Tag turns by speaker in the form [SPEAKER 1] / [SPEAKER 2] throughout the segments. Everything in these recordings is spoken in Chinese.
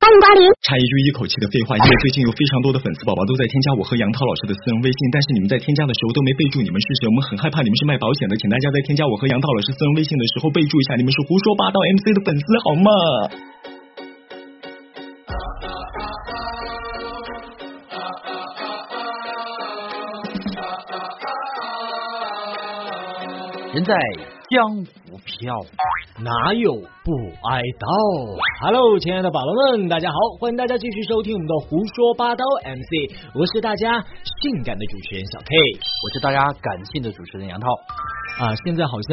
[SPEAKER 1] 八零八零，
[SPEAKER 2] 插一句一口气的废话，因为最近有非常多的粉丝宝宝都在添加我和杨涛老师的私人微信，但是你们在添加的时候都没备注你们是谁，我们很害怕你们是卖保险的，请大家在添加我和杨涛老师私人微信的时候备注一下你们是胡说八道 MC 的粉丝好吗？
[SPEAKER 3] 人在江湖飘，哪有不挨刀？
[SPEAKER 4] Hello，亲爱的宝宝们，大家好，欢迎大家继续收听我们的《胡说八道 MC》，我是大家性感的主持人小 K
[SPEAKER 3] 我是大家感性的主持人杨涛。
[SPEAKER 4] 啊。现在好像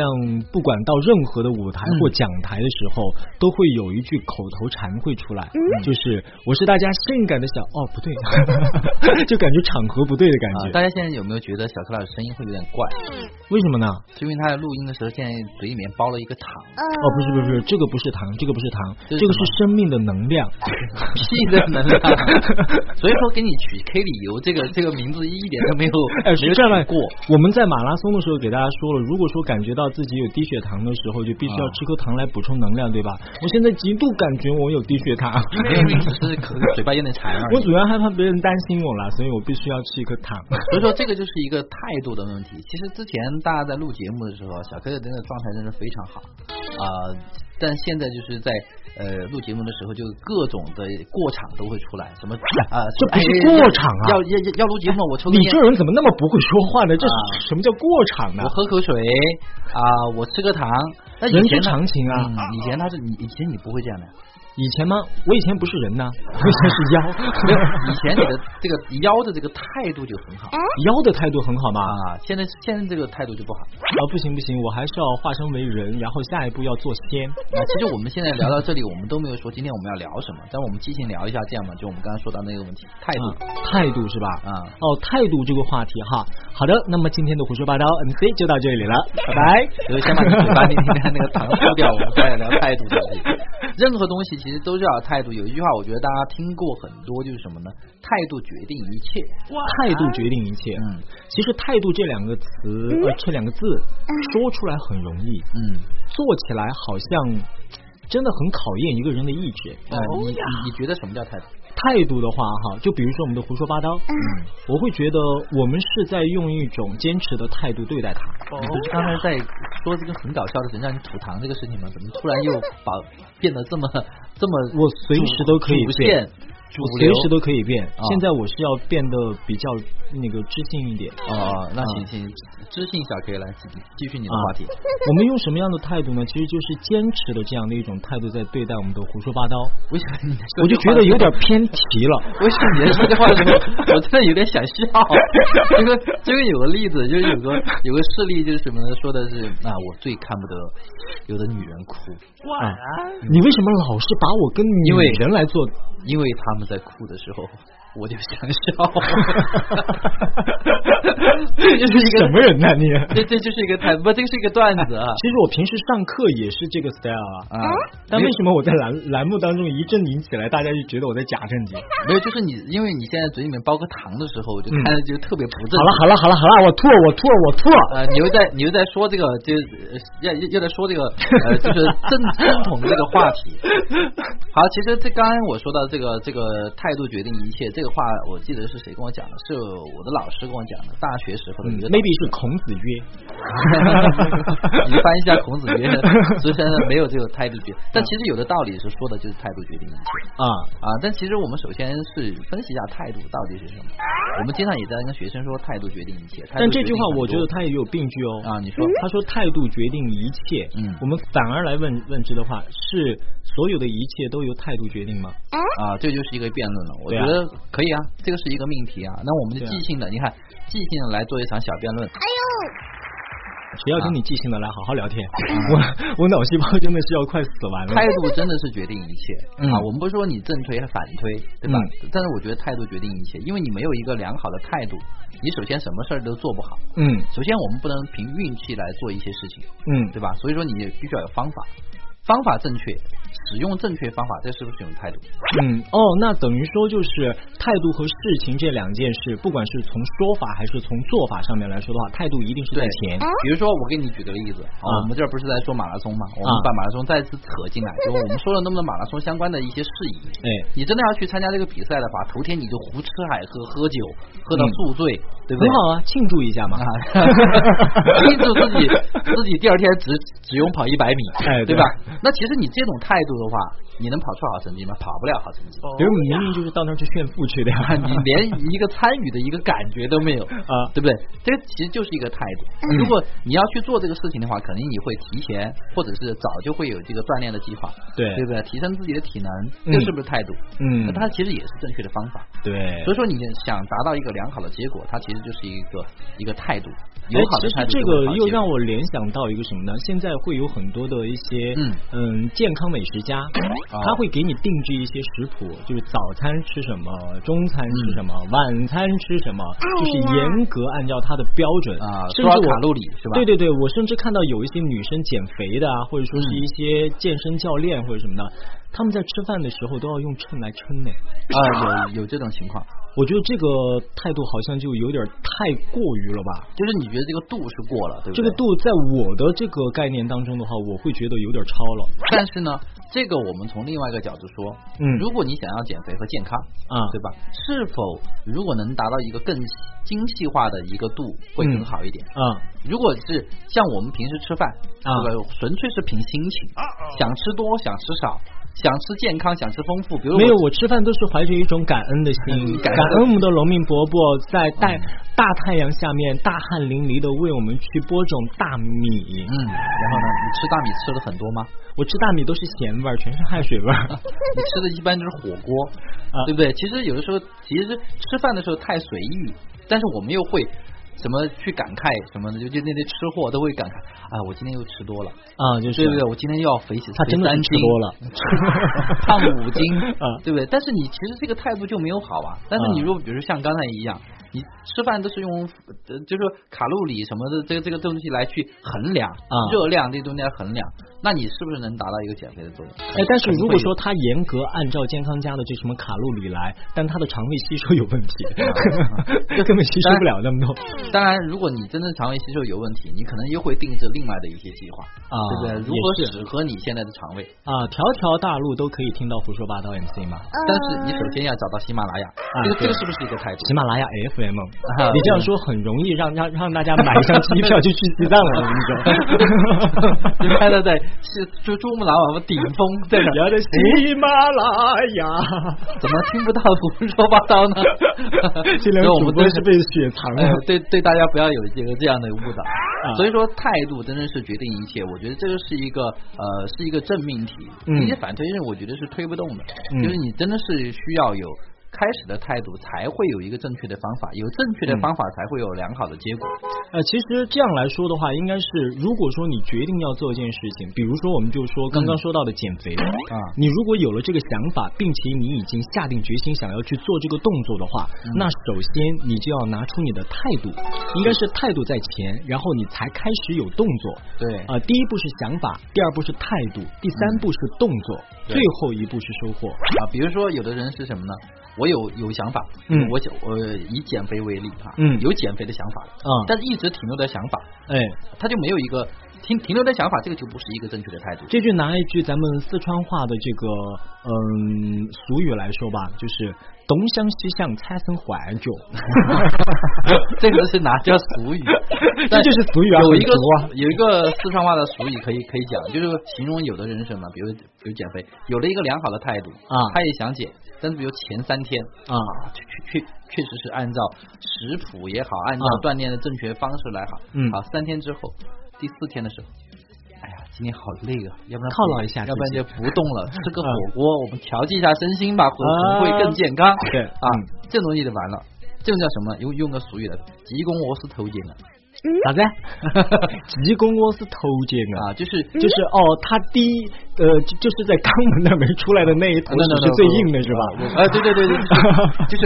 [SPEAKER 4] 不管到任何的舞台
[SPEAKER 3] 嗯
[SPEAKER 4] 或讲台的时候，都会有一句口头禅会出来，
[SPEAKER 3] 嗯
[SPEAKER 4] 就是我是大家性感的小哦，不对， 就感觉场合不对的感
[SPEAKER 3] 啊，
[SPEAKER 4] 觉。
[SPEAKER 3] 大家现在有没有觉得小柯老师声音会有点怪？
[SPEAKER 5] 嗯
[SPEAKER 4] 为什么呢？哦，
[SPEAKER 3] 是因为他在录音的时候，现在嘴里面包了一个 糖，
[SPEAKER 4] 不是不是不是，这个不是糖，这个不是糖，
[SPEAKER 3] 这
[SPEAKER 4] 这
[SPEAKER 3] 是
[SPEAKER 4] 个
[SPEAKER 3] 什
[SPEAKER 4] 是
[SPEAKER 3] 么
[SPEAKER 4] 生命的能 量。
[SPEAKER 3] 屁的能量。所以说给你取 K 理由，这个这个名字一点都没有
[SPEAKER 4] 哎，
[SPEAKER 3] 没
[SPEAKER 4] 是
[SPEAKER 3] 有
[SPEAKER 4] 这样
[SPEAKER 3] 取
[SPEAKER 4] 的
[SPEAKER 3] 过。
[SPEAKER 4] 我们在马拉松的时候给大家说了，如果说感觉到自己有低血糖的时候，就必须要
[SPEAKER 3] 啊
[SPEAKER 4] 吃颗糖来补充能量，对吧？我现在极度感觉我有低血糖，
[SPEAKER 3] 没有，你只是可嘴巴有点馋而
[SPEAKER 4] 我
[SPEAKER 3] 已。
[SPEAKER 4] 主要害怕别人担心我啦，所以我必须要吃一颗糖。
[SPEAKER 3] 所以说这个就是一个态度的问题。其实之前大家在录节目的时候，小柯的真的状态真是非常好啊、但现在就是在呃录节目的时候，就各种的过场都会出来，什么啊，
[SPEAKER 4] 这不是
[SPEAKER 3] 哎
[SPEAKER 4] 过场啊
[SPEAKER 3] 要要要要录节目，我抽根
[SPEAKER 4] 你
[SPEAKER 3] 烟
[SPEAKER 4] 这，人怎么那么不会说话呢？这
[SPEAKER 3] 啊
[SPEAKER 4] 什么叫过场呢
[SPEAKER 3] 我？喝口水啊、我吃个糖。那
[SPEAKER 4] 人
[SPEAKER 3] 以前
[SPEAKER 4] 之
[SPEAKER 3] 呢
[SPEAKER 4] 常情啊
[SPEAKER 3] 嗯以前他是你，以前你不会这 样的，
[SPEAKER 4] 以前吗？我以前不是人呐， 我以前是 妖。
[SPEAKER 3] 没有，以前你的这个腰的这个态度就很好
[SPEAKER 4] 妖的态度很好嘛？
[SPEAKER 3] 啊，现在现在这个态度就不好。
[SPEAKER 4] 啊，不行不行，我还是要化身为人，然后下一步要做仙。
[SPEAKER 3] 那其实我们现在聊到这里，我们都没有说今天我们要聊什么，但我们激情聊一下，这样吧，就我们刚才说到那个问题，态度
[SPEAKER 4] 啊态度是吧？
[SPEAKER 3] 啊
[SPEAKER 4] 哦，态度这个话题哈。好的，那么今天的胡说八道 MC 就到这里了，拜拜。
[SPEAKER 3] 所以先把你嘴巴里面的那个糖吐掉，我们再聊态度的问题。任何东西其实都是要有态度。有一句话，我觉得大家听过很多，就是什么呢？态度决定一切。
[SPEAKER 4] 态度决定一切。
[SPEAKER 3] 嗯
[SPEAKER 4] 其实态度这两个词，呃，这两个字说出来很容易，
[SPEAKER 3] 嗯，
[SPEAKER 4] 做起来好像真的很考验一个人的意志。
[SPEAKER 3] 呃你你你觉得什么叫态度？
[SPEAKER 4] 态度的话，哈，就比如说我们的胡说八道，嗯，我会觉得我们是在用一种坚持的态度对待它。
[SPEAKER 3] 嗯你不是刚才在说这个很搞笑的事，让你吐糖这个事情吗？怎么突然又把变得这么这么？
[SPEAKER 4] 我随时都可以
[SPEAKER 3] 主
[SPEAKER 4] 变
[SPEAKER 3] 线，主
[SPEAKER 4] 我随
[SPEAKER 3] 流
[SPEAKER 4] 时都可以变
[SPEAKER 3] 啊，
[SPEAKER 4] 现在我是要变得比较那个知性一点。啊
[SPEAKER 3] 哦，那行行，知性小 K 来继继续你的话题。
[SPEAKER 4] 我们用什么样的态度呢？其实就是坚持的这样的一种态度在对待我们的胡说八道，
[SPEAKER 3] 为什么你在说
[SPEAKER 4] 我就
[SPEAKER 3] 这
[SPEAKER 4] 觉
[SPEAKER 3] 话
[SPEAKER 4] 得
[SPEAKER 3] 的
[SPEAKER 4] 有
[SPEAKER 3] 时 候
[SPEAKER 4] 点偏题了。
[SPEAKER 3] 为什么你在说这话的时候，我真的有点想笑。这个这个有个例子，就是有个有个事例，就是什么呢？说的是啊，我最看不得有的女人哭，
[SPEAKER 4] 啊你为什么老是把我跟
[SPEAKER 3] 因为
[SPEAKER 4] 女人来 做？
[SPEAKER 3] 因为他们在哭的时候，我就想笑。 这就是一个
[SPEAKER 4] 什么人呢、你？
[SPEAKER 3] 这这就是一个态，不，这个是一个段子啊。
[SPEAKER 4] 其实我平时上课也是这个 style 啊，
[SPEAKER 3] 啊，
[SPEAKER 4] 但为什么我在栏栏目当中一正经起来，大家就觉得我在假正经？
[SPEAKER 3] 没有，就是你，因为你现在嘴里面包个糖的时候，我就看着就特别不正
[SPEAKER 4] 嗯好
[SPEAKER 3] 常
[SPEAKER 4] 了。好了好了好了，我吐了我吐了我吐 了。
[SPEAKER 3] 呃，你又在你又在说这个，就是呃要要要在说这个呃，就是正正统的这个话题。好，其实这刚才我说到这个这个态度决定一切这个话，我记得是谁跟我讲的？是我的老师跟我讲的，大学时候的一个。
[SPEAKER 4] 嗯 maybe 是孔子曰，
[SPEAKER 3] 你翻一下孔子曰，所以说呢没有这个态度决，但其实有的道理是说的就是态度决定一切。
[SPEAKER 4] 啊，
[SPEAKER 3] 啊，但其实我们首先是分析一下态度到底是什么。我们经常也在跟学生说，态度决定一切。态度
[SPEAKER 4] 但这
[SPEAKER 3] 决
[SPEAKER 4] 句
[SPEAKER 3] 定
[SPEAKER 4] 话
[SPEAKER 3] 很
[SPEAKER 4] 我觉
[SPEAKER 3] 多
[SPEAKER 4] 得他也有病句哦。
[SPEAKER 3] 啊你说
[SPEAKER 4] 他说态度决定一切。
[SPEAKER 3] 嗯
[SPEAKER 4] 我们反而来问问之的话，是所有的一切都由态度决定吗？
[SPEAKER 3] 啊，这就是一个辩论了。我
[SPEAKER 4] 对
[SPEAKER 3] 觉
[SPEAKER 4] 啊
[SPEAKER 3] 得可以啊，这个是一个命题啊。那我们就
[SPEAKER 4] 对啊
[SPEAKER 3] 即兴的，你看即兴的来做一场小辩论。哎
[SPEAKER 4] 谁要跟你记性的来好好聊
[SPEAKER 3] 啊
[SPEAKER 4] 天？ 我我脑细胞真的是要快死完了
[SPEAKER 3] 态。度真的是决定一切、
[SPEAKER 4] 嗯
[SPEAKER 3] 啊！我们不说你正推还反推，对吧、
[SPEAKER 4] 嗯
[SPEAKER 3] 但是我觉得态度决定一切，因为你没有一个良好的态度，你首先什么事儿都做不好。
[SPEAKER 4] 嗯
[SPEAKER 3] 首先，我们不能凭运气来做一些事情，
[SPEAKER 4] 嗯，
[SPEAKER 3] 对吧？所以说，你必须要有方法，方法正确，使用正确方法，这是不是一种态度？
[SPEAKER 4] 嗯，哦，那等于说就是态度和事情这两件事，不管是从说法还是从做法上面来说的话，态度一定是在前。
[SPEAKER 3] 比如说，我给你举个例子啊，我们这儿不是在说马拉松嘛，
[SPEAKER 4] 啊
[SPEAKER 3] 我们把马拉松再次扯进 来，就我们说了那么多马拉松相关的一些事宜。
[SPEAKER 4] 哎，
[SPEAKER 3] 你真的要去参加这个比赛的话，头天你就胡吃海喝，喝酒，喝到
[SPEAKER 4] 嗯
[SPEAKER 3] 宿醉，对不对
[SPEAKER 4] 很？好啊，庆祝一下 嘛。
[SPEAKER 3] 庆祝自己自己第二天只只用跑一百米，
[SPEAKER 4] 哎对
[SPEAKER 3] 对吧？那其实你这种态度的话，你能跑出好成绩吗？跑不了好成绩，
[SPEAKER 4] 比如你明明就是到那儿去炫富去 的呀。
[SPEAKER 3] 啊你连一个参与的一个感觉都没有，
[SPEAKER 4] 啊，
[SPEAKER 3] 对不对？这个其实就是一个态度。如果你要去做这个事情的话，肯定你会提前或者是早就会有这个锻炼的计划，
[SPEAKER 4] 对
[SPEAKER 3] 对不对？提升自己的体能，
[SPEAKER 4] 嗯
[SPEAKER 3] 这是不是态度？
[SPEAKER 4] 嗯
[SPEAKER 3] 那它其实也是正确的方法。
[SPEAKER 4] 对
[SPEAKER 3] 所以说，你想达到一个良好的结果，它其实就是一个一个态度，有
[SPEAKER 4] 哎
[SPEAKER 3] 好
[SPEAKER 4] 其
[SPEAKER 3] 的
[SPEAKER 4] 实
[SPEAKER 3] 态度
[SPEAKER 4] 这
[SPEAKER 3] 就会有好
[SPEAKER 4] 个
[SPEAKER 3] 的
[SPEAKER 4] 又
[SPEAKER 3] 结果
[SPEAKER 4] 让我联想到一个什么呢？现在会有很多的一些
[SPEAKER 3] 嗯哦
[SPEAKER 4] 嗯健康美食家，他会给你定制一些食谱，就是早餐吃什么，中餐吃什么，
[SPEAKER 3] 嗯
[SPEAKER 4] 晚餐吃什么，就是严格按照他的标准
[SPEAKER 3] 啊
[SPEAKER 4] 甚
[SPEAKER 3] 多少
[SPEAKER 4] 至我
[SPEAKER 3] 卡路里是吧
[SPEAKER 4] 对对对，我甚至看到有一些女生减肥的啊，或者说是
[SPEAKER 3] 嗯
[SPEAKER 4] 一些健身教练或者什么的，他们在吃饭的时候都要用秤来称呢。
[SPEAKER 3] 啊，有有这种情况，
[SPEAKER 4] 我觉得这个态度好像就有点太过于了吧。
[SPEAKER 3] 就是你觉得这个度是过了，对不对？
[SPEAKER 4] 这个，度在我的这个概念当中的话，我会觉得有点超了。
[SPEAKER 3] 但是呢，这个我们从另外一个角度说，
[SPEAKER 4] 嗯
[SPEAKER 3] 如果你想要减肥和健康，
[SPEAKER 4] 啊，
[SPEAKER 3] 对吧？是否如果能达到一个更精细化的一个度，会更好一点？
[SPEAKER 4] 啊，
[SPEAKER 3] 如果是像我们平时吃饭，
[SPEAKER 4] 啊
[SPEAKER 3] 对吧？纯粹是凭心情，想吃多，想吃少，想吃健康，想吃丰富。比如
[SPEAKER 4] 没有，
[SPEAKER 3] 我
[SPEAKER 4] 我吃饭都是怀着一种感恩的心，
[SPEAKER 3] 嗯感
[SPEAKER 4] 感
[SPEAKER 3] 恩
[SPEAKER 4] 恩我们的农民伯伯在大大太阳下面大汗淋漓的为我们去播种大米。
[SPEAKER 3] 嗯，然后呢？你吃大米吃了很多吗？
[SPEAKER 4] 我吃大米都是咸味儿，全是汗水味儿。
[SPEAKER 3] 你吃的一般就是火锅，
[SPEAKER 4] 啊
[SPEAKER 3] 对不对？其实有的时候，其实吃饭的时候太随意，但是我们又会什么去感慨什么的，尤其那些吃货都会感慨，哎，我今天又吃多了，
[SPEAKER 4] 啊，就是
[SPEAKER 3] 对不对？我今天又要肥起，
[SPEAKER 4] 他真的
[SPEAKER 3] 肥
[SPEAKER 4] 是
[SPEAKER 3] 三
[SPEAKER 4] 吃
[SPEAKER 3] 斤
[SPEAKER 4] 多了，
[SPEAKER 3] 胖五斤
[SPEAKER 4] 啊，
[SPEAKER 3] 对不对？但是你其实这个态度就没有好啊。但是你如果比如像刚才一样，你吃饭都是用呃就是说卡路里什么的这个这个东西来去衡量
[SPEAKER 4] 啊
[SPEAKER 3] 热量这东西来衡量，那你是不是能达到一个减肥的作用？
[SPEAKER 4] 哎，但是
[SPEAKER 3] 肯定
[SPEAKER 4] 如
[SPEAKER 3] 会
[SPEAKER 4] 果
[SPEAKER 3] 有
[SPEAKER 4] 说他严格按照健康家的这什么卡路里来，但他的肠胃吸收有问题，就根本吸收不了那么多
[SPEAKER 3] 当然，如果你真的肠胃吸收有问题，你可能又会定制另外的一些计划，
[SPEAKER 4] 啊
[SPEAKER 3] 对不对？如
[SPEAKER 4] 也
[SPEAKER 3] 何
[SPEAKER 4] 是
[SPEAKER 3] 适合你现在的肠胃？
[SPEAKER 4] 啊，条条大路都可以听到胡说八道 MC 嘛，
[SPEAKER 3] 但是你首先要找到喜马拉雅，这个这个是不是一个态度？
[SPEAKER 4] 喜马拉雅 FM，、
[SPEAKER 3] 啊
[SPEAKER 4] 你这样说很容易让让让大家买一张机票就去西藏 了，我跟你说。
[SPEAKER 3] 你看到在是珠珠穆朗玛峰顶峰在 那
[SPEAKER 4] 我
[SPEAKER 3] 儿，
[SPEAKER 4] 的喜马拉 雅，？
[SPEAKER 3] 怎么听不到胡说八道呢
[SPEAKER 4] 这 两
[SPEAKER 3] 所以
[SPEAKER 4] 个
[SPEAKER 3] 我
[SPEAKER 4] 主
[SPEAKER 3] 们
[SPEAKER 4] 播
[SPEAKER 3] 对
[SPEAKER 4] 是被雪藏了
[SPEAKER 3] 哎。对对大家不要有这个这样的误导。
[SPEAKER 4] 嗯啊
[SPEAKER 3] 所以说态度真的是决定一切，我觉得这个是一个呃是一个正命题，
[SPEAKER 4] 嗯
[SPEAKER 3] 一些反推论我觉得是推不动的，
[SPEAKER 4] 嗯
[SPEAKER 3] 就是你真的是需要有。开始的态度才会有一个正确的方法，有正确的
[SPEAKER 4] 嗯
[SPEAKER 3] 方法才会有良好的结果。
[SPEAKER 4] 呃，其实这样来说的话，应该是如果说你决定要做一件事情，比如说我们就
[SPEAKER 3] 嗯
[SPEAKER 4] 说刚刚说到的减肥啊你如果有了这个想法，并且你已经下定决心想要去做这个动作的话，
[SPEAKER 3] 嗯
[SPEAKER 4] 那首先你就要拿出你的态度，应该是态度在前，然后你才开始有动作。
[SPEAKER 3] 对嗯
[SPEAKER 4] 啊、第一步是想法，第二步是态度，第三步是动作，
[SPEAKER 3] 对
[SPEAKER 4] 最后一步是收获。
[SPEAKER 3] 啊，比如说有的人是什么呢？我有有想法，
[SPEAKER 4] 嗯
[SPEAKER 3] 我想我以减肥为例哈，
[SPEAKER 4] 嗯
[SPEAKER 3] 有减肥的想法了，
[SPEAKER 4] 啊
[SPEAKER 3] 但是一直停留在想法，
[SPEAKER 4] 哎，
[SPEAKER 3] 他就没有一个停停留在想法，这个就不是一个正确的态度。
[SPEAKER 4] 这句拿一句咱们四川话的这个嗯俗语来说吧，就是东向西向猜成怀旧，？
[SPEAKER 3] 这个是哪叫俗语
[SPEAKER 4] 这就是俗语啊
[SPEAKER 3] 但有一个
[SPEAKER 4] 很俗啊
[SPEAKER 3] 有一个四川话的俗语可以可以讲，就是形容有的人是什么，比如比如减肥，有了一个良好的态度
[SPEAKER 4] 啊
[SPEAKER 3] 他也想减，但是比如前三天
[SPEAKER 4] 啊
[SPEAKER 3] 确确确确实是按照食谱也好，按照
[SPEAKER 4] 啊
[SPEAKER 3] 锻炼的正确方式来好，
[SPEAKER 4] 嗯
[SPEAKER 3] 好三天之后，第四天的时候。哎呀，今天好累啊，要不然
[SPEAKER 4] 犒劳一下
[SPEAKER 3] 要不
[SPEAKER 4] 自己
[SPEAKER 3] 然就不动了，吃个
[SPEAKER 4] 啊
[SPEAKER 3] 火锅，我们调剂一下身心吧，可能会更健康。
[SPEAKER 4] 对嗯
[SPEAKER 3] 啊，这种东西就完了，这种叫什么呢？用用个俗语来，急公我是头减了。
[SPEAKER 4] 啥子？职工我是偷奸啊！
[SPEAKER 3] 啊，就是
[SPEAKER 4] 就是哦，他第一呃，就就是在肛门那没出来的那一坨
[SPEAKER 3] 那那
[SPEAKER 4] 屎是最硬的是吧？
[SPEAKER 3] 啊，对对对对，就是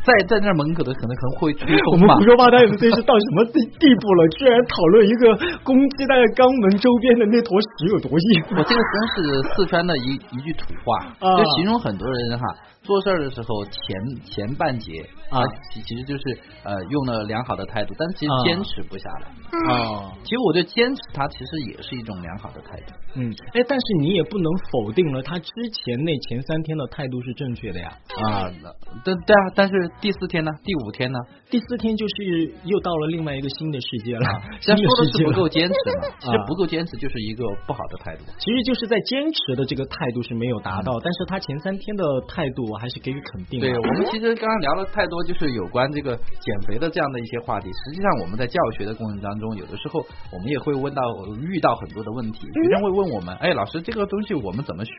[SPEAKER 3] 在在那门口的可能可能会吹
[SPEAKER 4] 我
[SPEAKER 3] 风
[SPEAKER 4] 们
[SPEAKER 3] 吧
[SPEAKER 4] 胡。说八道 MC 是到什么地地步了？居然讨论一个攻击大概肛门周边的那坨屎有多硬？
[SPEAKER 3] 我这个真是四川的一一句土话，
[SPEAKER 4] 啊
[SPEAKER 3] 就形容很多人哈，做事儿的时候前前半截
[SPEAKER 4] 啊，
[SPEAKER 3] 其其实就是呃用了良好的态度，但是其实
[SPEAKER 4] 啊
[SPEAKER 3] 坚持不下来。
[SPEAKER 4] 哦，
[SPEAKER 3] 其实我觉得坚持它其实也是一种良好的态度。
[SPEAKER 4] 嗯，哎，但是你也不能否定了他之前那前三天的态度是正确的呀。
[SPEAKER 3] 啊，那但对啊，但是第四天呢，第五天 呢，
[SPEAKER 4] 第四天就是又到了另外一个新的世界了， 新
[SPEAKER 3] 虽然
[SPEAKER 4] 的
[SPEAKER 3] 说的
[SPEAKER 4] 世
[SPEAKER 3] 是
[SPEAKER 4] 界
[SPEAKER 3] 不
[SPEAKER 4] 了
[SPEAKER 3] 够坚持嘛，其实
[SPEAKER 4] 啊
[SPEAKER 3] 不够坚持就是一个不好的态度。
[SPEAKER 4] 其实就是在坚持的这个态度是没有达到，但是他前三天的态度嗯我还是给予肯定的。啊
[SPEAKER 3] 对我们其实刚刚聊了太多，就是有关这个减肥的这样的一些话题。实际上我们在教学的过程当中，有的时候我们也会问到呃遇到很多的问题，学生会问我们，哎，老师这个东西我们怎么学？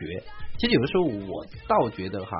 [SPEAKER 3] 其实有的时候我倒觉得哈，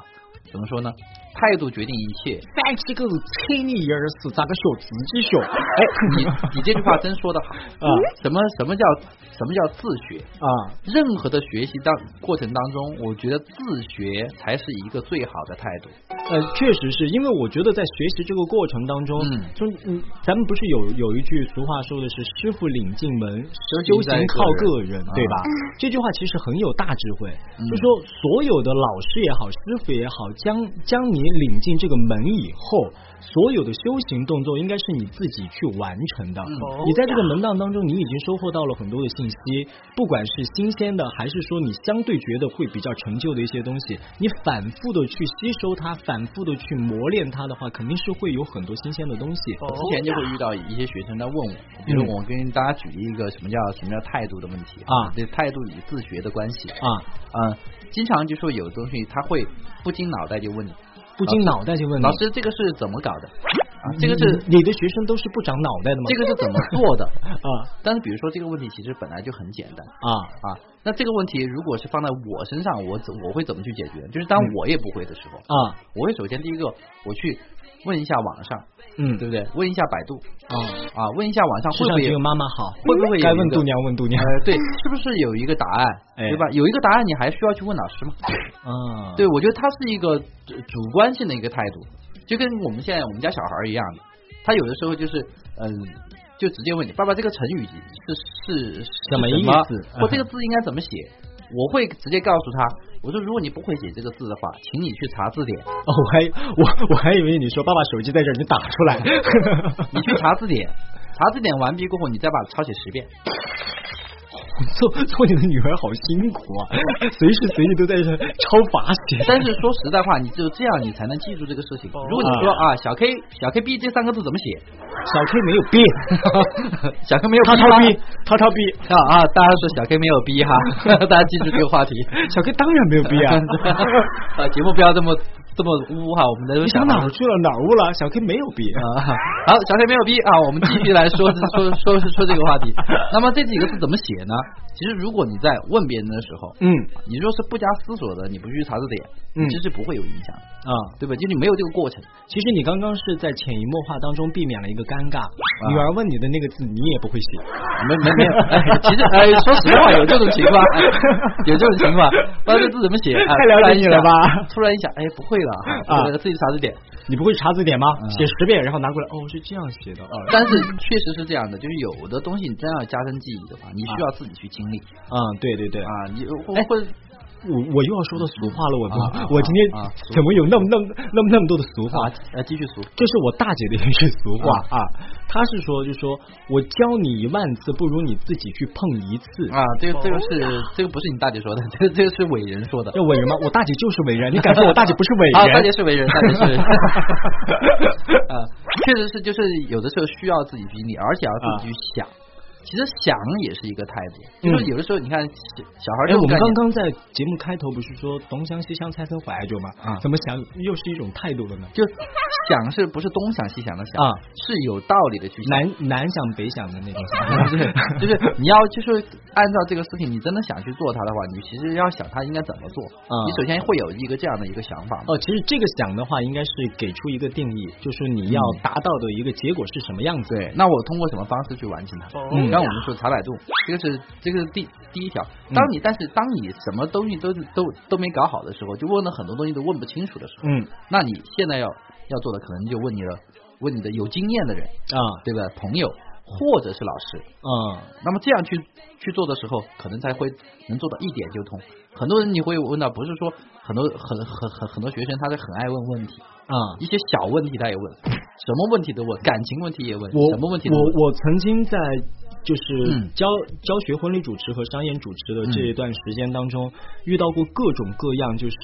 [SPEAKER 3] 怎么说呢？态度决定一切。
[SPEAKER 4] 三七狗催你一儿是咋个学自己 学？
[SPEAKER 3] 哎，你你这句话真说得好
[SPEAKER 4] 啊！
[SPEAKER 3] 什么什么叫什么叫自学？
[SPEAKER 4] 啊，
[SPEAKER 3] 任何的学习当过程当中，我觉得自学才是一个最好的态度。
[SPEAKER 4] 呃，确实是因为我觉得在学习这个过程当中，
[SPEAKER 3] 嗯
[SPEAKER 4] 就嗯，咱们不是有有一句俗话说的是“师傅领进门，修
[SPEAKER 3] 修行在
[SPEAKER 4] 行靠个
[SPEAKER 3] 个
[SPEAKER 4] 人”，
[SPEAKER 3] 啊
[SPEAKER 4] 对吧？这句话其实很有大智慧，
[SPEAKER 3] 嗯
[SPEAKER 4] 就说所有的老师也好，师傅也好，将将你领进这个门以后，所有的修行动作应该是你自己去完成的。
[SPEAKER 3] 嗯
[SPEAKER 4] 你在这个门道当中，你已经收获到了很多的信息，不管是新鲜的，还是说你相对觉得会比较陈旧的一些东西，你反复的去吸收它，反复的去磨练它的话，肯定是会有很多新鲜的东西。
[SPEAKER 3] 我之前就会遇到一些学生在问我，比
[SPEAKER 4] 嗯
[SPEAKER 3] 如我跟大家举例一个什么叫什么叫态度的问题
[SPEAKER 4] 啊
[SPEAKER 3] 这态度与自学的关系
[SPEAKER 4] 啊，
[SPEAKER 3] 嗯，经常就说有的东西他会不经脑袋就问你，
[SPEAKER 4] 不经脑袋就问你
[SPEAKER 3] 老，师这个是怎么搞的？啊，
[SPEAKER 4] 嗯
[SPEAKER 3] 这个是
[SPEAKER 4] 你你的学生都是不长脑袋的吗？
[SPEAKER 3] 这个是怎么做的？
[SPEAKER 4] 啊
[SPEAKER 3] 但是比如说这个问题其实本来就很简单，
[SPEAKER 4] 啊
[SPEAKER 3] 啊，那这个问题如果是放在我身上，我怎我会怎么去解决？就是
[SPEAKER 4] 嗯
[SPEAKER 3] 当我也不会的时候，
[SPEAKER 4] 啊，
[SPEAKER 3] 我会首先第一个我去问一下网上，
[SPEAKER 4] 嗯
[SPEAKER 3] 对不对？问一下百度
[SPEAKER 4] 啊，
[SPEAKER 3] 啊，问一下网上会
[SPEAKER 4] 世
[SPEAKER 3] 不
[SPEAKER 4] 上
[SPEAKER 3] 会
[SPEAKER 4] 只有
[SPEAKER 3] 有？
[SPEAKER 4] 妈妈好，
[SPEAKER 3] 会不会有
[SPEAKER 4] 该
[SPEAKER 3] 一
[SPEAKER 4] 问
[SPEAKER 3] 个
[SPEAKER 4] 度娘问度娘？
[SPEAKER 3] 呃，对，是不是有一个答案，
[SPEAKER 4] 哎
[SPEAKER 3] 对吧？有一个答案，你还需要去问老师吗？
[SPEAKER 4] 啊，
[SPEAKER 3] 对，我觉得它是一个呃主观性的一个态度，就跟我们现在我们家小孩儿一样的，他有的时候就是嗯。就直接问你，爸爸这个成语是是是
[SPEAKER 4] 什么意思
[SPEAKER 3] 或这个字应该怎么写？我会直接告诉他，我说如果你不会写这个字的话，请你去查字典，
[SPEAKER 4] 哦，我还我我还以为你说爸爸手机在这儿，你打出来。
[SPEAKER 3] 你去查字典，查字典完毕过后，你再把它抄写十遍。
[SPEAKER 4] 做 做你的女儿好辛苦啊，随时随地都在这抄法写。
[SPEAKER 3] 但是说实在话，你只有这样，你才能记住这个事
[SPEAKER 4] 哦
[SPEAKER 3] 情。如果你说啊，小 K 小 K B 这三个字怎么 写？
[SPEAKER 4] 小 K 没有病，
[SPEAKER 3] 小 K 没有
[SPEAKER 4] 他
[SPEAKER 3] 逼
[SPEAKER 4] 逃
[SPEAKER 3] 吗
[SPEAKER 4] 避，他逃避。
[SPEAKER 3] 啊啊！大家说小 K 没有逼哈，大家记住这个 话题。！
[SPEAKER 4] 小 K 当然没有病 啊
[SPEAKER 3] 啊，节目不要这么这么污哈，我们的
[SPEAKER 4] 你想哪儿去了？哪儿污了？小 K 没有病。
[SPEAKER 3] 啊，好，小 K 没有逼啊，我们继续来说 说说说这个话题。那么这几个字怎么写呢？其实如果你在问别人的时候，
[SPEAKER 4] 嗯
[SPEAKER 3] 你若是不加思索的，你不去查字典，
[SPEAKER 4] 嗯
[SPEAKER 3] 你其实不会有影响的，
[SPEAKER 4] 啊，
[SPEAKER 3] 对吧？就你没有这个过程。
[SPEAKER 4] 其实你刚刚是在潜移默化当中避免了一个尴尬。女儿问你的那个字，你也不会写。
[SPEAKER 3] 没没没有，哎，其实哎，说实话，有这种情况，哎有这种情况，不知道这字怎么写，哎
[SPEAKER 4] 太了解你了吧
[SPEAKER 3] 突然一想，突然一想哎，不会了，
[SPEAKER 4] 啊
[SPEAKER 3] 啊，这个自己查字典。
[SPEAKER 4] 你不会查字典吗？写十遍，然后拿过来，哦，是这样写的。哦
[SPEAKER 3] 但是确实是这样的，就是有的东西你真要加深记忆的话，你需要自己去经历
[SPEAKER 4] 嗯，对对对。哎
[SPEAKER 3] 啊，你会会
[SPEAKER 4] 我我又要说到俗话了，我
[SPEAKER 3] 啊啊
[SPEAKER 4] 我今天
[SPEAKER 3] 啊俗
[SPEAKER 4] 怎么有那么那么那么那么多的俗话
[SPEAKER 3] 啊？呃继续读
[SPEAKER 4] 这是我大姐的一句俗话啊，她是说，就说我教你一万次，不如你自己去碰一次。
[SPEAKER 3] 啊，这个这个是这个不是你大姐说的，这个这个是伟人说的
[SPEAKER 4] 要伟人吗？我大姐就是伟人，你敢说我大姐不是
[SPEAKER 3] 啊，
[SPEAKER 4] 伟
[SPEAKER 3] 大
[SPEAKER 4] 人
[SPEAKER 3] 姐？是为人，大姐是 为人。啊，确实是，就是有的时候需要自己去经历，而且要自己去想。
[SPEAKER 4] 啊
[SPEAKER 3] 其实想也是一个态度，就是有的时候你看小小孩儿
[SPEAKER 4] 嗯哎，
[SPEAKER 3] 这
[SPEAKER 4] 我
[SPEAKER 3] 种
[SPEAKER 4] 们
[SPEAKER 3] 概念
[SPEAKER 4] 刚刚在节目开头不是说东乡西乡猜测怀旧吗？
[SPEAKER 3] 啊
[SPEAKER 4] 怎么想又是一种态度了呢？
[SPEAKER 3] 就想是不是东想西想的想
[SPEAKER 4] 啊
[SPEAKER 3] 是有道理的去想。 啊
[SPEAKER 4] 南南想北想的那种。
[SPEAKER 3] 对，就是你要就是按照这个事情，你真的想去做它的话，你其实要想它应该怎么做。
[SPEAKER 4] 嗯
[SPEAKER 3] 你首先会有一个这样的一个想法嘛。
[SPEAKER 4] 哦，其实这个想的话，应该是给出一个定义，就是你要达到的一个结果是什么样子。
[SPEAKER 3] 嗯对，那我通过什么方式去完成它？
[SPEAKER 4] 嗯
[SPEAKER 3] 刚刚我们说查百度，这个是这个是第第一条。当你、但是当你什么东西都都都没搞好的时候，就问了很多东西都问不清楚的时候，
[SPEAKER 4] 嗯
[SPEAKER 3] 那你现在要要做的可能就问你的问你的有经验的人，
[SPEAKER 4] 啊
[SPEAKER 3] 对吧？朋友或者是老师，
[SPEAKER 4] 嗯
[SPEAKER 3] 那么这样去去做的时候，可能才会能做到一点就通。很多人你会问到，不是说很多很很很很多学生他是很爱问问题，
[SPEAKER 4] 啊。
[SPEAKER 3] 一些小问题他也问，什么问题都问，感情问题也问，
[SPEAKER 4] 我
[SPEAKER 3] 什么问题都问。
[SPEAKER 4] 我我曾经在就是
[SPEAKER 3] 嗯
[SPEAKER 4] 教、教学婚礼主持和商演主持的这
[SPEAKER 3] 嗯
[SPEAKER 4] 一段时间当中，遇到过各种各样就是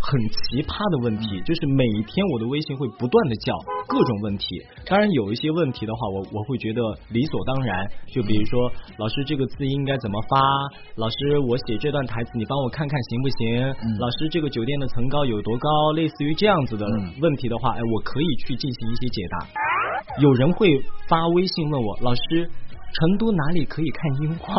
[SPEAKER 4] 很奇葩的问
[SPEAKER 3] 嗯
[SPEAKER 4] 题，就是每一天我的微信会不断的叫各种问题。当然有一些问题的话，我我会觉得理所当然，就比如说老师这个字应该怎么发，老师我写这段台词你帮我看看行不行，
[SPEAKER 3] 嗯
[SPEAKER 4] 老师这个酒店的层高有多高，类似于这样子的
[SPEAKER 3] 嗯
[SPEAKER 4] 问题的话，哎，我可以去进行一些解答。有人会发微信问我，老师，成都哪里可以看樱花？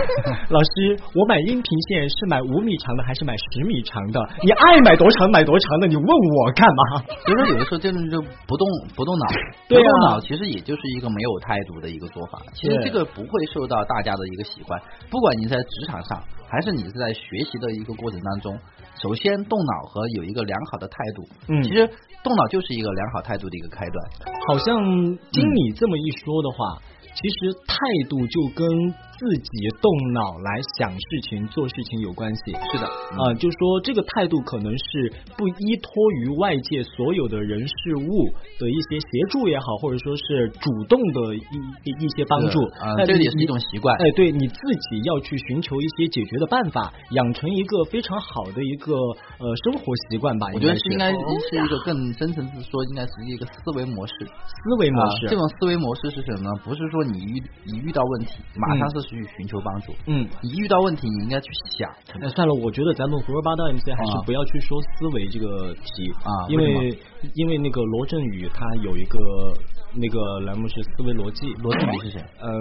[SPEAKER 4] 老师，我买音频线是买五米长的还是买十米长的？你爱买多长买多长的，你问我干嘛？
[SPEAKER 3] 所以说，有的时候这种就不动不动脑，
[SPEAKER 4] 对啊
[SPEAKER 3] 不动脑其实也就是一个没有态度的一个做法。其实
[SPEAKER 4] 对
[SPEAKER 3] 这个不会受到大家的一个喜欢，不管你在职场上，还是你是在学习的一个过程当中，首先动脑和有一个良好的态度，
[SPEAKER 4] 嗯
[SPEAKER 3] 其实动脑就是一个良好态度的一个开端。
[SPEAKER 4] 好像经你这么一说的话，其实态度就跟自己动脑来想事情、做事情有关系。
[SPEAKER 3] 是的，
[SPEAKER 4] 啊、就说这个态度可能是不依托于外界所有的人事物的一些协助也好，或者说是主动的一一一些帮助
[SPEAKER 3] 是啊，
[SPEAKER 4] 但
[SPEAKER 3] 这
[SPEAKER 4] 你
[SPEAKER 3] 也是一种习惯
[SPEAKER 4] 哎，对，你自己要去寻求一些解决的办法，养成一个非常好的一个呃生活习惯吧。
[SPEAKER 3] 我觉得
[SPEAKER 4] 是哦
[SPEAKER 3] 是应该是一个更深层次说，应该是一个思维模式。
[SPEAKER 4] 思维模式。
[SPEAKER 3] 啊，这种思维模式是什么呢？不是说你遇你遇到问题，马上是去寻求帮助。
[SPEAKER 4] 嗯，
[SPEAKER 3] 你遇到问题，你应该去想，
[SPEAKER 4] 那算了，我觉得咱们胡说八道 MC 还
[SPEAKER 3] 啊
[SPEAKER 4] 是不要去说思维这个题
[SPEAKER 3] 啊
[SPEAKER 4] 因
[SPEAKER 3] 为
[SPEAKER 4] 为因为那个罗振宇他有一个那个栏目是思维逻辑，罗振宇是谁？嗯，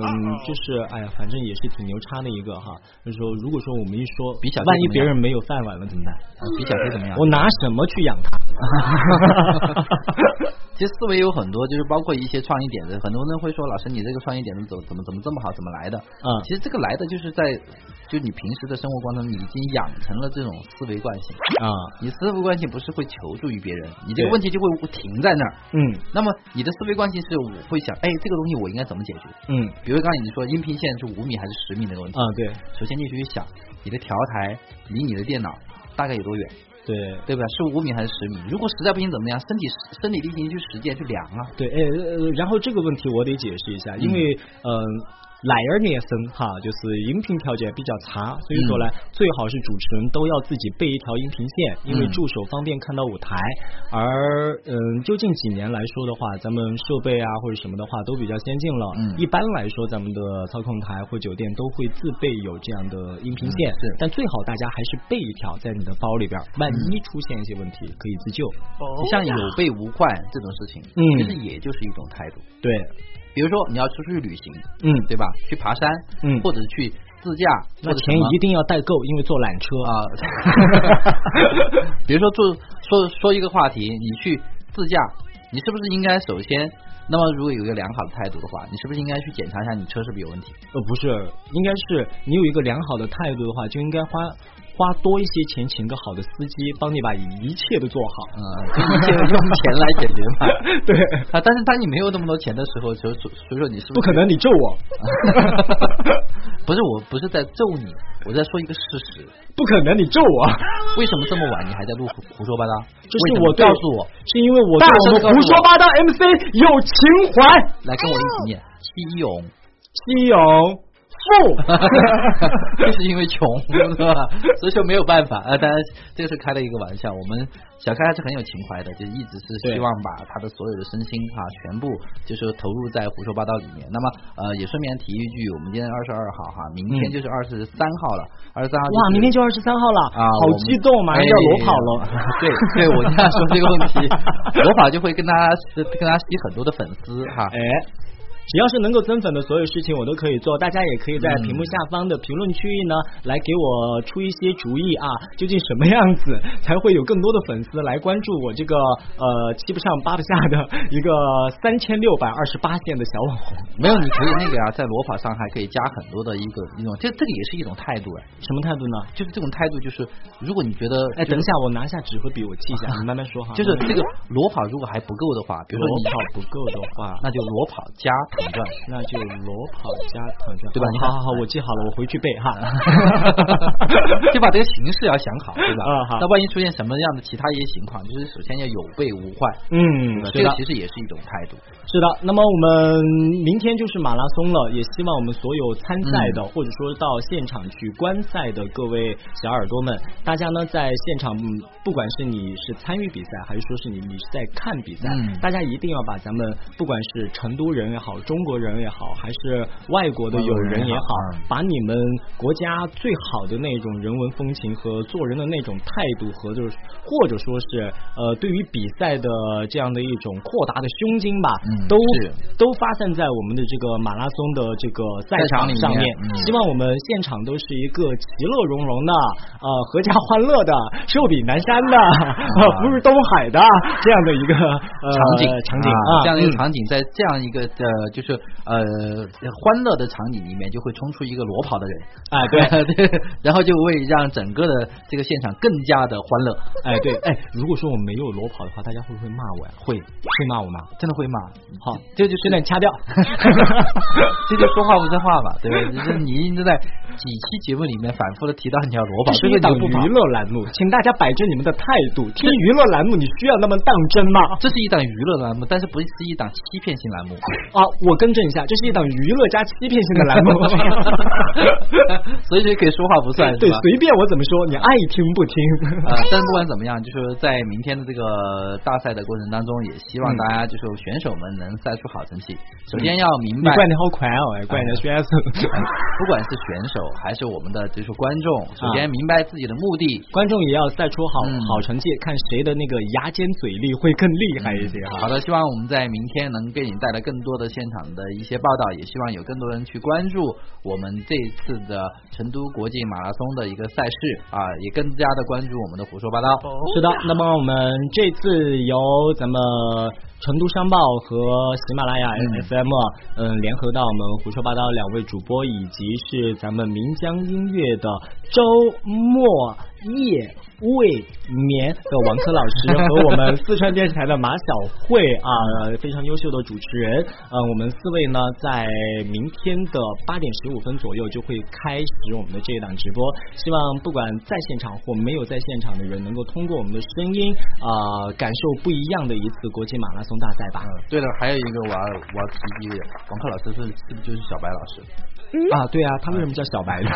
[SPEAKER 4] 就是哎呀，反正也是挺牛叉的一个哈。就是说，如果说我们一说，
[SPEAKER 3] 比小黑
[SPEAKER 4] 万一
[SPEAKER 3] 怎么样
[SPEAKER 4] 别人没有饭碗了怎么办？
[SPEAKER 3] 啊比小黑怎么样？
[SPEAKER 4] 我拿什么去养他？
[SPEAKER 3] 其实思维有很多，就是包括一些创意点子，很多人会说老师你这个创意点子怎么怎么怎么这么好，怎么来的？
[SPEAKER 4] 嗯
[SPEAKER 3] 其实这个来的就是在就你平时的生活过程中，你已经养成了这种思维惯性。
[SPEAKER 4] 啊，
[SPEAKER 3] 你思维惯性不是会求助于别人，你这个
[SPEAKER 4] 对
[SPEAKER 3] 问题就会停在那儿。
[SPEAKER 4] 嗯
[SPEAKER 3] 那么你的思维惯性是我会想，哎，这个东西我应该怎么解决？
[SPEAKER 4] 嗯
[SPEAKER 3] 比如刚才你说音频线是五米还是十米那个问题
[SPEAKER 4] 啊，，对
[SPEAKER 3] 首先你去想你的调台离你的电脑大概有多远，
[SPEAKER 4] 对。
[SPEAKER 3] 对吧？是五米还是十米？如果实在不行怎么样？身体身体力行去实践去量啊。
[SPEAKER 4] 对，哎，呃然后这个问题我得解释一下，因为嗯。呃懒儿年生哈，就是音频条件比较差，所以
[SPEAKER 3] 嗯
[SPEAKER 4] 说呢，最好是主持人都要自己备一条音频线，因为
[SPEAKER 3] 嗯
[SPEAKER 4] 助手方便看到舞台。而嗯，就近几年来说的话，咱们设备啊或者什么的话都比较先进了。
[SPEAKER 3] 嗯
[SPEAKER 4] 一般来说，咱们的操控台或酒店都会自备有这样的音频线，
[SPEAKER 3] 嗯是嗯
[SPEAKER 4] 但最好大家还是备一条在你的包里边儿，万一出现一些问题可以自救。
[SPEAKER 3] 像有备无患这种事情，
[SPEAKER 4] 哦嗯
[SPEAKER 3] 其实也就是一种态度。
[SPEAKER 4] 对，
[SPEAKER 3] 比如说你要出去旅行，
[SPEAKER 4] 嗯，
[SPEAKER 3] 对吧？去爬山，
[SPEAKER 4] 嗯
[SPEAKER 3] 或者去自驾，
[SPEAKER 4] 那
[SPEAKER 3] 或者
[SPEAKER 4] 钱
[SPEAKER 3] 什么
[SPEAKER 4] 一定要带够，因为坐缆车
[SPEAKER 3] 啊。 比如说做说说一个话题，你去自驾，你是不是应该首先？那么，如果有一个良好的态度的话，你是不是应该去检查一下你车是不是有问题？
[SPEAKER 4] 呃，不是，应该是你有一个良好的态度的话，就应该花花多一些钱，请个好的司机帮你把一切都做好。
[SPEAKER 3] 嗯， 就一切用钱来解决嘛。
[SPEAKER 4] 对，
[SPEAKER 3] 啊，但是当你没有那么多钱的时候，所以所以说你是不
[SPEAKER 4] 不可
[SPEAKER 3] 是
[SPEAKER 4] 能你咒 我，
[SPEAKER 3] 不是我不是在咒你，我在说一个事实。
[SPEAKER 4] 不可能你咒我，
[SPEAKER 3] 为什么这么晚你还在录胡胡说八道？
[SPEAKER 4] 这
[SPEAKER 3] 为
[SPEAKER 4] 是
[SPEAKER 3] 什
[SPEAKER 4] 我
[SPEAKER 3] 么
[SPEAKER 4] 对
[SPEAKER 3] 告诉我，，
[SPEAKER 4] 是因为我
[SPEAKER 3] 大
[SPEAKER 4] 对
[SPEAKER 3] 声
[SPEAKER 4] 我们
[SPEAKER 3] 告诉
[SPEAKER 4] 胡说
[SPEAKER 3] 我
[SPEAKER 4] 八道 MC 有情怀，
[SPEAKER 3] 来跟我一起
[SPEAKER 4] 哎
[SPEAKER 3] 念七勇，
[SPEAKER 4] 西勇富。
[SPEAKER 3] 就是因为穷，是吧？所以说没有办法啊。当然 这个是开了一个玩笑，我们小开还是很有情怀的，就一直是
[SPEAKER 4] 对
[SPEAKER 3] 希望把他的所有的身心啊，全部就是投入在胡说八道里面。那么呃，也顺便提一句，我们今天二十二号哈，明天
[SPEAKER 4] 嗯就
[SPEAKER 3] 就是
[SPEAKER 4] 是
[SPEAKER 3] 二十三号了，二十三号
[SPEAKER 4] 哇，明天就二十三号了，
[SPEAKER 3] 啊，
[SPEAKER 4] 好
[SPEAKER 3] 我们
[SPEAKER 4] 激动，马上要裸跑了。
[SPEAKER 3] 哎对对，我就要
[SPEAKER 4] 啊
[SPEAKER 3] 说这个问题，裸跑就会跟大家跟大家吸很多的粉丝哈。
[SPEAKER 4] 哎，只要是能够增粉的所有事情，我都可以做。大家也可以在屏幕下方的评论区域呢，来给我出一些主意啊，究竟什么样子才会有更多的粉丝来关注我这个呃七不上八不下的一个三千六百二十八线的小网红？
[SPEAKER 3] 没有，你可以那个呀、在罗法上还可以加很多的一个一种，这这个也是一种态度哎，
[SPEAKER 4] 什么态度呢？
[SPEAKER 3] 就是这种态度，就是如果你觉得，
[SPEAKER 4] 哎，等一下，我拿下纸和笔，我记一下，你慢慢说哈。嗯
[SPEAKER 3] 就是这个罗法如果还不够的话，比如说
[SPEAKER 4] 罗
[SPEAKER 3] 你
[SPEAKER 4] 跑不够的 话，
[SPEAKER 3] 那就裸跑加躺 转。
[SPEAKER 4] 那就裸跑加躺转，
[SPEAKER 3] 对吧你看
[SPEAKER 4] 好好好，我记好了，我回去背 哈。
[SPEAKER 3] 就把这个形式要想好，对吧？
[SPEAKER 4] 嗯好
[SPEAKER 3] 那万一出现什么样的其他一些情况，就是首先要有备无患，
[SPEAKER 4] 嗯，
[SPEAKER 3] 对吧这
[SPEAKER 4] 是的
[SPEAKER 3] 个，其实也是一种态度。
[SPEAKER 4] 是的。那么我们明天就是马拉松了，也希望我们所有参赛的，或者说到现场去观赛的各位小耳朵们，大家呢在现场，嗯不管是你是参与比赛，还是说是你你是在看比赛，
[SPEAKER 3] 嗯
[SPEAKER 4] 大家一定要把咱们不管是成都人也好，中国人也好，还是外国的友人也好，
[SPEAKER 3] 嗯
[SPEAKER 4] 把你们国家最好的那种人文风情和做人的那种态度和就是或者说是呃对于比赛的这样的一种豁达的胸襟吧，
[SPEAKER 3] 嗯
[SPEAKER 4] 都
[SPEAKER 3] 是
[SPEAKER 4] 都发散在我们的这个马拉松的这个赛
[SPEAKER 3] 赛场里面
[SPEAKER 4] 上面。
[SPEAKER 3] 嗯
[SPEAKER 4] 希望我们现场都是一个其乐融融的，呃阖家欢乐的，寿比南山的， 呃福如东海的这样的一个呃
[SPEAKER 3] 啊场景、
[SPEAKER 4] 场景
[SPEAKER 3] 啊，这样的一个
[SPEAKER 4] 嗯
[SPEAKER 3] 场景，在这样一个呃，就是呃欢乐的场景里面，就会冲出一个裸跑的人，
[SPEAKER 4] 哎对。
[SPEAKER 3] 对，然后就会让整个的这个现场更加的欢乐，
[SPEAKER 4] 哎，对，哎，如果说我没有裸跑的话，大家会不会骂我呀？会，会骂我吗？
[SPEAKER 3] 真的会骂。
[SPEAKER 4] 好，这就现在 掐掉。
[SPEAKER 3] 这就说话不算话嘛，对吧？就是你一直在几期节目里面反复的提到你要裸跑，这
[SPEAKER 4] 这是
[SPEAKER 3] 个
[SPEAKER 4] 一档
[SPEAKER 3] 你不跑
[SPEAKER 4] 娱乐栏目，请大家摆正你们的态度。听娱乐栏目，你需要那么当真吗？
[SPEAKER 3] 这是一档娱乐栏目，但是不是一档欺骗性 栏目。
[SPEAKER 4] 啊，我更正一下，这是一档娱乐加欺骗性的栏 目。
[SPEAKER 3] 所以这可以说话不算，
[SPEAKER 4] 对，
[SPEAKER 3] 是吧？
[SPEAKER 4] 随便我怎么说，你爱听不 听。
[SPEAKER 3] 呃，但不管怎么样，就是在明天的这个大赛的过程当中，也希
[SPEAKER 4] 嗯
[SPEAKER 3] 望大家就是选手们能赛出好成绩。首先要明
[SPEAKER 4] 你
[SPEAKER 3] 白，
[SPEAKER 4] 怪你好快哦，哎怪你学生。
[SPEAKER 3] 不管是选手还是我们的就是观众，首先明白自己的目的。
[SPEAKER 4] 观众也要赛出好
[SPEAKER 3] 嗯
[SPEAKER 4] 好成绩，看谁的那个牙尖嘴利会更厉害一些哈。
[SPEAKER 3] 好的，希望我们在明天能给你带来更多的现场的一些报道，也希望有更多人去关注我们这一次的成都国际马拉松的一个赛事啊，也更加的关注我们的胡说八道。
[SPEAKER 4] 是的，那么我们这次由咱们成都商报和喜马拉雅 FM 嗯、联合到我们胡说八道两位主播，以及是咱们岷江音乐的周末夜未眠的王珂老师和我们四川电视台的马晓慧啊、非常优秀的主持人。呃，我们四位呢，在明天的八点十五分左右就会开始我们的这一档直播。希望不管在现场或没有在现场的人，能够通过我们的声音啊、呃感受不一样的一次国际马拉松大赛吧。
[SPEAKER 3] 对了，还有一个我要我要提一个，王克老师是是不是就是小白老师？
[SPEAKER 4] 啊，对啊，他为什么叫小白 呢？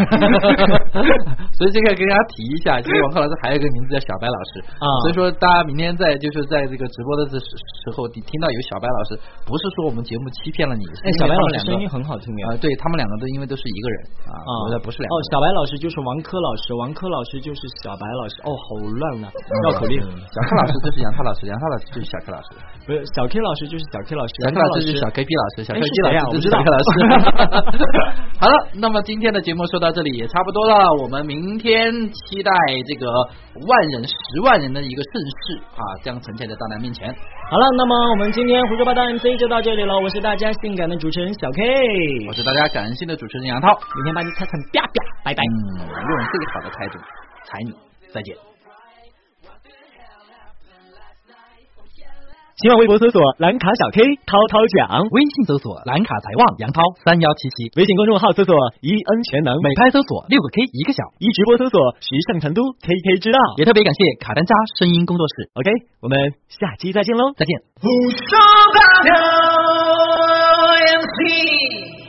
[SPEAKER 3] 所以这个给大家提一下，其实王克老师还有一个名字叫小白老师
[SPEAKER 4] 啊
[SPEAKER 3] 所以说大家明天在就是在这个直播的时时候，你听到有小白老师，不是说我们节目欺骗了你，
[SPEAKER 4] 哎
[SPEAKER 3] 是，因
[SPEAKER 4] 小
[SPEAKER 3] 为
[SPEAKER 4] 白
[SPEAKER 3] 他
[SPEAKER 4] 老
[SPEAKER 3] 们两
[SPEAKER 4] 师
[SPEAKER 3] 个
[SPEAKER 4] 声音很好听哎
[SPEAKER 3] 啊、。对他们两个都因为都是一个人啊，我觉得不是两个
[SPEAKER 4] 哦
[SPEAKER 3] 人，
[SPEAKER 4] 小白老师就是王珂老师，王珂老师就是小白老师。哦，好乱啊，绕口令。
[SPEAKER 3] 小克老师就是杨涛老师，杨涛老师就是小克老师，
[SPEAKER 4] 不是小 K 老师就是小 K 老师，
[SPEAKER 3] 小
[SPEAKER 4] 杨
[SPEAKER 3] 克
[SPEAKER 4] 涛
[SPEAKER 3] 老
[SPEAKER 4] 老
[SPEAKER 3] 师
[SPEAKER 4] 师
[SPEAKER 3] 就是小 KP 老师，小
[SPEAKER 4] 哎
[SPEAKER 3] KP
[SPEAKER 4] 是谁啊
[SPEAKER 3] 老师 就是小 K
[SPEAKER 4] 我不知道
[SPEAKER 3] 老师。好了，那么今天的节目说到这里也差不多了，我们明天期待这个万人、十万人的一个盛世啊，将呈现在大家面前。
[SPEAKER 4] 好了，那么我们今天胡说八道 MC 就到这里了，我是大家性感的主持人小 K，
[SPEAKER 3] 我是大家感性的主持人杨涛，
[SPEAKER 4] 明天把你踩成啪啪，拜拜。
[SPEAKER 3] 嗯，用最好的态度踩你，再见。
[SPEAKER 4] 新浪微博搜索蓝卡小 K 涛涛讲，
[SPEAKER 3] 微信搜索蓝卡财旺杨涛三幺七七，
[SPEAKER 4] 微信公众号搜索一 N 全能，
[SPEAKER 3] 美拍搜索六个 K 一个小，
[SPEAKER 4] 一直播搜索时尚成都 KK 知道。
[SPEAKER 3] 也特别感谢卡丹扎声音工作室，
[SPEAKER 4] OK，我们下期再见喽。
[SPEAKER 3] 再见。
[SPEAKER 5] 胡说八道 MC。